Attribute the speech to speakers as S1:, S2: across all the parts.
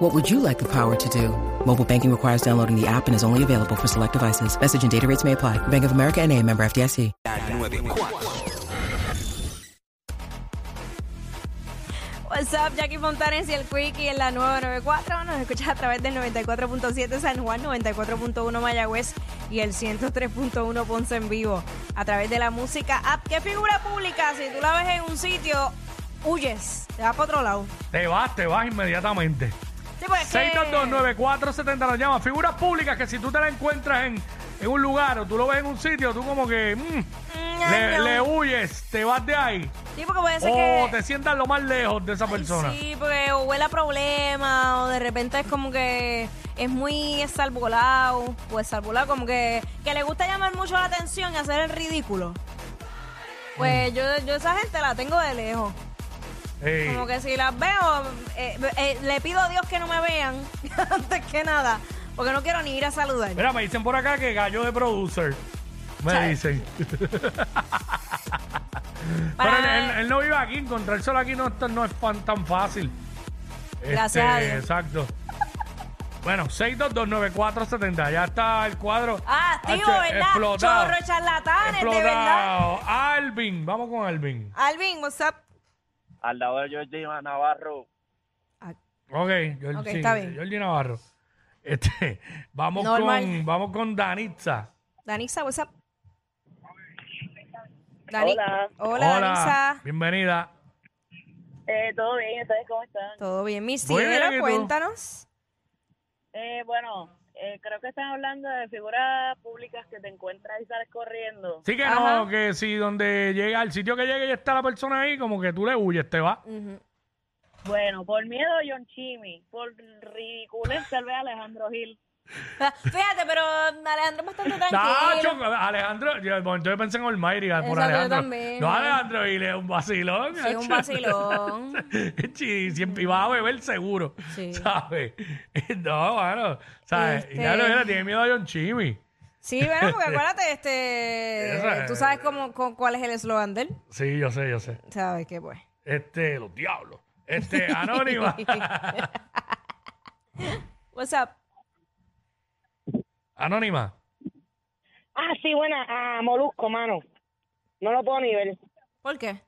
S1: What would you like the power to do? Mobile banking requires downloading the app and is only available for select devices. Message and data rates may apply. Bank of America and a member FDIC.
S2: What's up, Jackie Fontanes y el Quickie en la 994. Nos escuchas a través del 94.7 San Juan, 94.1 Mayagüez y el 103.1 Ponce en vivo. A través de la música app. ¿Qué figura pública? Si tú la ves en un sitio, huyes. Te vas para otro lado.
S3: Te vas, te vas inmediatamente.
S2: Sí, pues es que-
S3: 6229470 nos llama. Figuras públicas que si tú te la encuentras en, en un lugar o tú lo ves en un sitio, tú como que mm,
S2: Mm,
S3: le,
S2: no.
S3: le huyes, te vas de ahí.
S2: Sí, porque puede ser
S3: O
S2: que.
S3: te sientas lo más lejos de esa persona.
S2: Sí, porque o huele a problema, o de repente es como que es muy estarbolado, o estarbolado, como que, que le gusta llamar mucho la atención y hacer el ridículo.
S3: Mm.
S2: Pues yo, yo esa gente la tengo de lejos.
S3: Ey,
S2: Como que si las veo, eh, eh, le pido a Dios que no me vean antes que nada, porque no quiero ni ir a saludar.
S3: Mira, me dicen por acá que gallo de producer. Me
S2: Chao.
S3: dicen. Pero
S2: Para-
S3: él, él- él no vive aquí, encontrárselo aquí no, es- no es fan- tan fácil.
S2: Gracias
S3: Este,
S2: a Dios.
S3: Exacto. Bueno, 6229470. Ya está el cuadro.
S2: ah, tío,
S3: H,
S2: ¿verdad?
S3: Explotado.
S2: Chorro charlatanes, de verdad.
S3: explotado. Alvin, vamos con Alvin.
S2: Alvin, what's up?
S4: al lado de Georgina Navarro.
S2: Ah,
S3: Ok, Georgie,
S2: Ok, está bien.
S3: Georgie Navarro. Este, vamos,
S2: Normal.
S3: con, vamos con Danitza.
S2: Danisa, what's up? Dani-
S5: Hola.
S2: Hola, Danisa.
S3: bienvenida.
S5: Eh, todo bien, ¿ustedes cómo están?
S2: Todo bien, mi
S3: Muy bien, ¿y
S2: cielo,
S3: tú?
S2: cuéntanos.
S5: Eh, bueno, eh, creo que están hablando de figuras públicas que te encuentras y sales corriendo.
S3: Sí que no,
S2: Ajá.
S3: que si donde llega, al sitio que llegue y está la persona ahí, como que tú le huyes, te va.
S2: Ujú.
S5: Bueno, por miedo a John Chimmy, por ridiculez tal vez a Alejandro Gil.
S2: Ah, Fíjate, pero Alejandro es bastante
S3: Nacho,
S2: tranquilo.
S3: Alejandro, yo, bueno, yo pensé en Olmairi por
S2: Exacto, yo
S3: Alejandro.
S2: también,
S3: no,
S2: ¿no?
S3: Alejandro, y le un vacilón.
S2: Sí, un vacilón.
S3: Sí, siempre iba a beber seguro,
S2: Sí.
S3: ¿sabes? No, bueno, ¿sabes? Y Ya
S2: Este-
S3: lo era, tiene miedo a John Chimmy.
S2: Sí, bueno, porque acuérdate, este,
S3: Esa-
S2: tú sabes cómo, cu- cuál es el eslogan de él.
S3: Sí, yo sé, yo sé.
S2: Sabes que pues.
S3: Este, los diablos. Este, Anónima.
S2: What's up?
S3: Anónima.
S6: Ah, sí, buena. Ah, Molusco, mano. No lo puedo ni ver.
S2: ¿Por qué?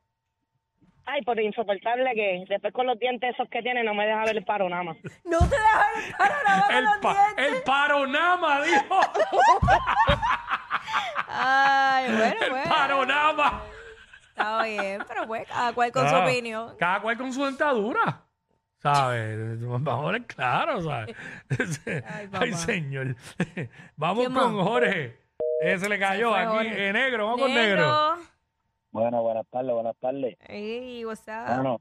S6: Ay, por insoportable que después con los dientes esos que tiene no me deja ver el paro nada más.
S2: No te dejas ver para lavar
S3: El,
S2: los
S3: pa-
S2: dientes.
S3: el paronama, dijo.
S2: Ay, bueno,
S3: El
S2: bueno.
S3: paronama.
S2: Está bien, pero pues cada cual con su
S3: Ah,
S2: opinión.
S3: Cada cual con su dentadura. ¿Sabes? Vamos a ver, claro, ¿sabes? Ay,
S2: papá.
S3: señor. Vamos
S2: ¿Quién
S3: con
S2: más?
S3: Jorge. Eh, se le cayó
S2: fue
S3: aquí.
S2: Jorge.
S3: eh, negro, vamos con negro.
S4: Bueno, buenas tardes, buenas tardes.
S2: Ey, what's up?
S3: Ah.
S4: Bueno,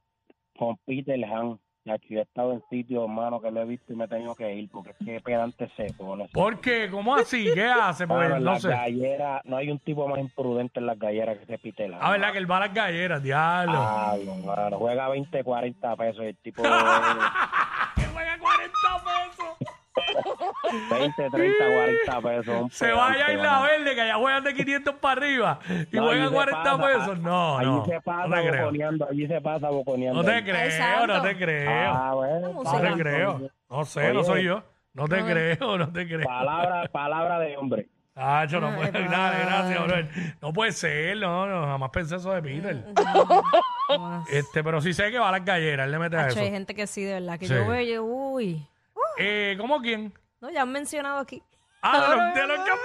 S4: con Peter Han. Aquí yo he estado en sitios, hermano, que lo he visto y me he tenido que ir porque es que pedante se pone.
S3: ¿Por qué? ¿Cómo así? ¿Qué hace? Porque
S4: Mano,
S3: Pues,
S4: en
S3: no
S4: las
S3: sé.
S4: galleras, no hay un tipo más imprudente en las galleras que ese Peter Han.
S3: Ah, ¿verdad? Que él va a las galleras, diablo.
S4: Ah, hermano, juega 20, 40 pesos y el tipo
S3: Que juega 40 pesos.
S4: 20, 30, 40 pesos. un
S3: Se vaya a
S4: pedante,
S3: Isla
S4: mano.
S3: Verde, que allá juegan de 500 para arriba y
S4: No,
S3: juegan
S4: allí se
S3: 40
S4: pasa,
S3: pesos. No,
S4: allí
S3: no.
S4: se pasa
S3: no te creo.
S4: boconeando, allí se pasa boconeando.
S3: No te
S4: Ahí.
S3: creo,
S2: santo.
S3: no te creo.
S4: Ah, bueno,
S2: Vamos,
S3: no te
S2: será.
S3: creo. No sé, no
S4: Oye.
S3: soy yo. No te creo, no te creo.
S4: palabra, palabra de hombre.
S3: Ah, yo no
S2: Ay,
S3: puedo.
S2: padre.
S3: Nada, gracias, brother. No puede ser, no, no, jamás pensé eso de Peter.
S2: Vamos.
S3: Este, pero sí sé que va a las galleras, él le mete a
S2: Hacho,
S3: eso.
S2: hay gente que sí, de verdad, que
S3: Sí.
S2: yo veo, yo, uy.
S3: Eh, ¿Cómo quién?
S2: No, ya han mencionado aquí.
S3: Ah, de los, de los que han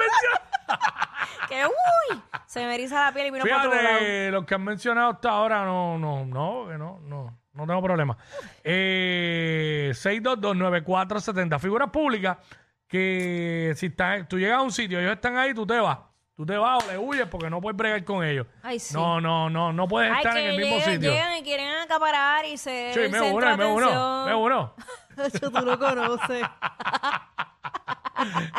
S3: mencionado.
S2: Que uy, se me eriza la piel y miro para otro lado.
S3: Fíjate, los que han mencionado hasta ahora, no, no, no, que no, no, no tengo problema. Eh, 6229470. Figuras públicas que si están, tú llegas a un sitio, ellos están ahí, tú te vas. Tú te vas o le huyes porque no puedes bregar con ellos.
S2: Ay, sí.
S3: No, no, no, no puedes
S2: Ay,
S3: estar
S2: que
S3: en el mismo
S2: llegan,
S3: sitio.
S2: llegan y quieren acaparar y se
S3: Sí,
S2: el
S3: me
S2: centro
S3: uno,
S2: de
S3: me uno,
S2: atención.
S3: me uno.
S2: Hacho, tú lo conoces.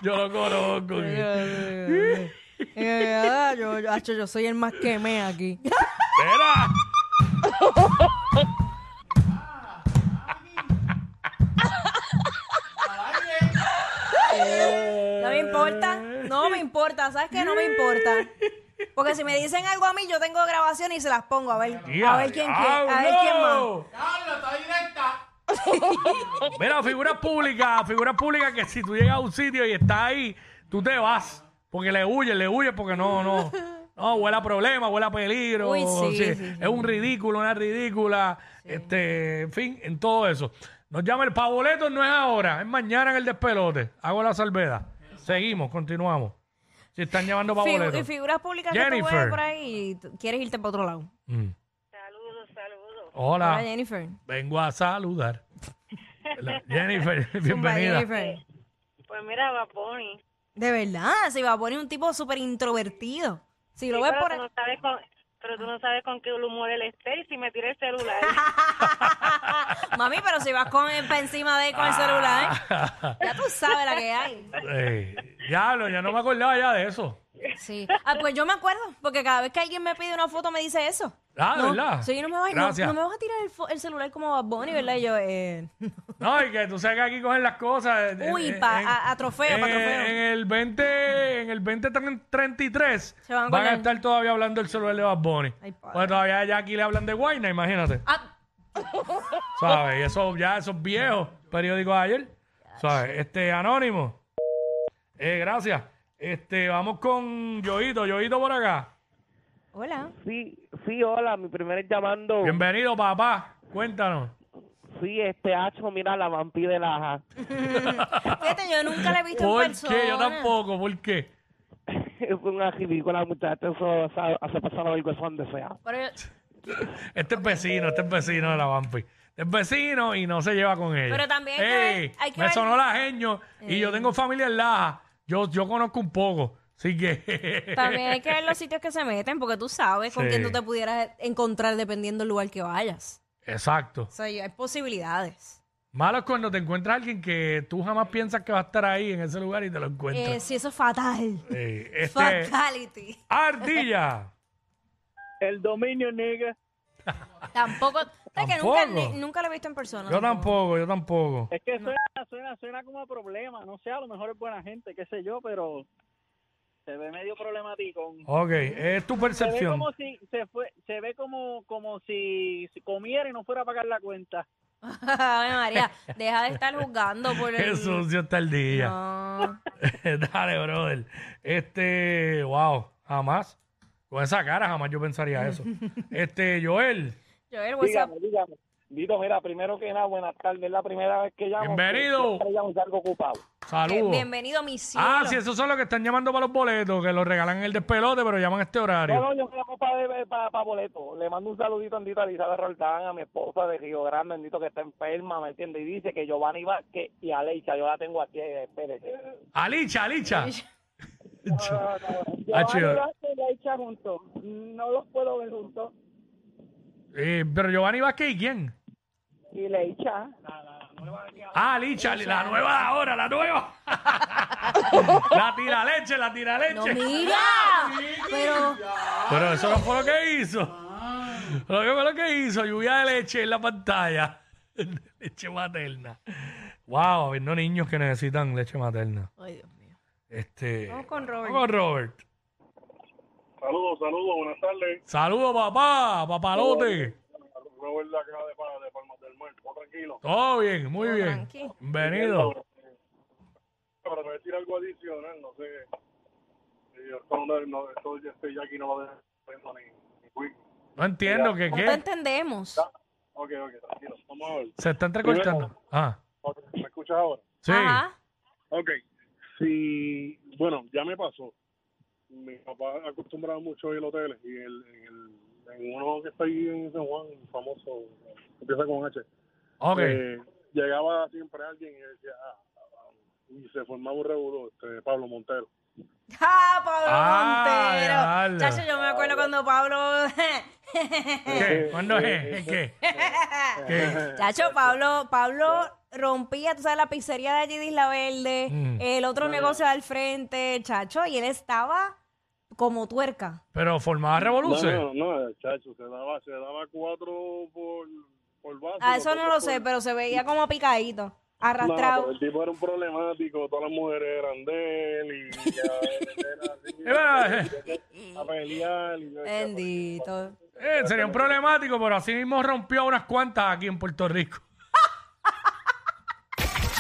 S3: Yo lo conozco.
S2: Ay, Eh, ah, yo, yo, acho, yo soy el más que me aquí.
S3: Espera.
S2: No me importa, no me importa, ¿sabes qué? No me importa. Porque si me dicen algo a mí, yo tengo grabación y se las pongo a ver, a ver quién, quién- a ver quién más.
S3: Mira, figura pública, figura pública que si tú llegas a un sitio y está ahí, tú te vas. Porque le huyes, le huyes, porque no, no. No, huele a problema, huele a peligro.
S2: Uy, sí, sí, sí.
S3: Es un ridículo, una ridícula. Este, en fin, en todo eso. Nos llama el pavoleto, no es ahora, es mañana en el despelote. Hago la salvedad. Seguimos, continuamos. Si están llevando
S2: Figu-
S3: pavoleto.
S2: y figuras públicas que tú
S3: Jennifer.
S2: ves por ahí y tú quieres irte para otro lado.
S3: Mm.
S5: Saludos, saludos.
S2: Hola,
S3: Hola,
S2: Jennifer.
S3: vengo a saludar. La- Jennifer,
S2: Zumba,
S3: bienvenida.
S2: Jennifer.
S5: Pues mira, Vaponi.
S2: De verdad, se va a poner un tipo súper introvertido. Si lo ves
S5: pero,
S2: por
S5: tú
S2: ahí.
S5: no sabes con, pero tú no sabes con qué humor él esté y si me tira el celular.
S2: Mami, pero si vas con para encima de él con el celular,
S3: Ah.
S2: ya tú sabes la que hay.
S3: Ey, diablo, ya no me acordaba ya de eso.
S2: Sí. Ah, pues yo me acuerdo, porque cada vez que alguien me pide una foto me dice eso.
S3: Ah,
S2: no,
S3: ¿verdad?
S2: sí, no me, vas, no,
S3: Gracias. Mm.
S2: no me vas a tirar el, fo- el celular como Bad Bunny, ¿verdad? Y yo, eh,
S3: No, y que tú sabes que aquí cogen las cosas. en-
S2: Uy,
S3: en-
S2: pa-
S3: en-
S2: a- a trofeo,
S3: en,
S2: pa' trofeo.
S3: Eh, En el 20, en el 2033
S2: Se van a
S3: van a
S2: acordar.
S3: estar todavía hablando del celular de Bad Bunny.
S2: Ay, padre.
S3: Pues todavía ya aquí le hablan de Guayna, imagínate.
S2: ah,
S3: ¿Sabes? Y eso ya, esos viejos periódicos de ayer. ¿Sabes? Este, anónimo. Eh, gracias. Este, vamos con Yoito, Yoito por acá.
S2: hola.
S7: Sí, sí, hola, mi primer llamando.
S3: Bienvenido, papá. Cuéntanos.
S7: Sí, este hacho, mira la vampira de la
S2: Fíjate, yo nunca la he visto
S3: ¿Por
S2: en persona.
S3: qué? Yo tampoco, ¿por qué?
S7: Es una ridícula muchacha, eso sa- se pasaba algo eso donde sea.
S2: Pero-
S3: Este es vecino, este es vecino de la Vampi. Este es vecino y no se lleva con ella.
S2: Pero también hay que ver-
S3: Ey,
S2: hay que
S3: me
S2: ver-
S3: sonó la genio y yo tengo familia en Laja. Yo, yo conozco un poco, así que...
S2: También hay que ver los sitios que se meten, porque tú sabes con
S3: Sí.
S2: quién tú te pudieras encontrar dependiendo del lugar que vayas.
S3: Exacto.
S2: O sea, hay posibilidades.
S3: Malo es cuando te encuentras a alguien que tú jamás piensas que va a estar ahí en ese lugar y te lo
S2: Eh,
S3: encuentras.
S2: sí, eso es fatal.
S3: Ey, este...
S2: Fatality.
S3: Ardilla.
S7: El dominio, nigga.
S2: Tampoco. Es que nunca,
S3: Tampoco.
S2: ni- nunca la he visto en persona.
S3: Yo tampoco, yo tampoco.
S8: Es que suena, suena, suena como a problema, no sé, a lo mejor es buena gente, qué sé yo, pero se ve medio problemático.
S3: Ok, es tu
S8: Se ve
S3: percepción.
S8: como si se fue, se ve como como si si comiera y no fuera a pagar la cuenta.
S2: Ay, María, deja de estar juzgando por el.
S3: Qué sucio está el día.
S2: No.
S3: Dale, brother. Este, wow, jamás. Con esa cara jamás yo pensaría eso. este, Joel,
S2: Joel, what's up?
S7: Dígame, dígame. Dito, mira, primero que nada, buenas tardes, es la primera vez que llamo.
S3: Bienvenido.
S7: que siempre llamo y salgo ocupado.
S3: saludos.
S2: Bienvenido a mi cielo.
S3: Ah, sí, esos son los que están llamando para los boletos, que los regalan en el despelote, pero llaman a este
S7: No,
S3: horario.
S7: no, yo me llamo para pa, pa boleto. Le mando un saludito a Andita Elizabeth Roldán, a mi esposa de Río Grande, bendito que está enferma, ¿me entiendes? Y dice que Giovanni Vázquez y Aleisha, yo la tengo aquí, espérese.
S3: Alicha, Alicha. Ah, chido.
S7: Giovanni Vázquez y Aleisha juntos. No los puedo ver juntos.
S3: Eh, pero Giovanni Vázquez, ¿y quién?
S7: Y Leicha.
S3: Ah, Alicha, la nueva de ahora, la nueva. la tira leche, la tira leche.
S2: No, mira. Pero.
S3: Pero eso no fue lo que hizo. Lo que fue lo que hizo, lluvia de leche en la pantalla. leche materna. Wow, habiendo niños que necesitan leche materna.
S2: Ay, Dios mío.
S3: Este.
S2: Vamos con Robert.
S3: Vamos con Robert.
S9: Saludos, saludos, buenas tardes.
S3: Saludos, papá, papalote.
S9: Robert de acá de, Pa- de Palmas del Muerto, todo tranquilo.
S3: Todo bien, muy
S2: Todo
S3: bien.
S2: tranqui.
S3: Bienvenido.
S9: Para no decir algo adicional, no sé. eh, Esto, no, no, esto ya este Jackie no lo deja viendo ni, ni quick.
S3: No entiendo que
S2: No te
S3: qué.
S2: entendemos.
S9: Ok, ok, tranquilo. Vamos a ver.
S3: Se está entrecortando. Ah,
S9: Ok, ¿Me escuchas ahora?
S3: sí.
S2: Ajá.
S9: Ok. Sí, bueno, ya me pasó. Mi papá acostumbraba mucho a ir a hoteles y el, en, el, en uno que está ahí en San Juan, famoso, empieza con H.
S3: Ok.
S9: Eh, llegaba siempre alguien y decía, ah, ah, y se formaba un revuelo, este, Pablo Montero.
S2: Ah, Pablo
S3: Ah,
S2: Montero.
S3: diablo.
S2: Chacho, yo me acuerdo cuando Pablo. eh,
S9: eh,
S3: ¿Qué? ¿Cuándo es? ¿Qué? ¿Qué?
S2: Chacho, Pablo, Pablo rompía, tú sabes, la pizzería de allí de Isla Verde,
S3: Mm.
S2: el otro negocio al frente, chacho, y él estaba como tuerca.
S3: Pero formaba revolución.
S9: No, no, no, chacho, se daba, se daba cuatro por, por vaso.
S2: Ah, eso no
S9: nosotros
S2: lo
S9: por-
S2: sé, pero se veía como picadito,
S9: No,
S2: arrastrado.
S9: pues. pero el tipo era un problemático, todas las mujeres eran de él y ya, era
S3: Eh,
S9: así, a pelear y yo decía,
S2: Bendito.
S3: eh, sería un problemático, pero así mismo rompió unas cuantas aquí en Puerto Rico.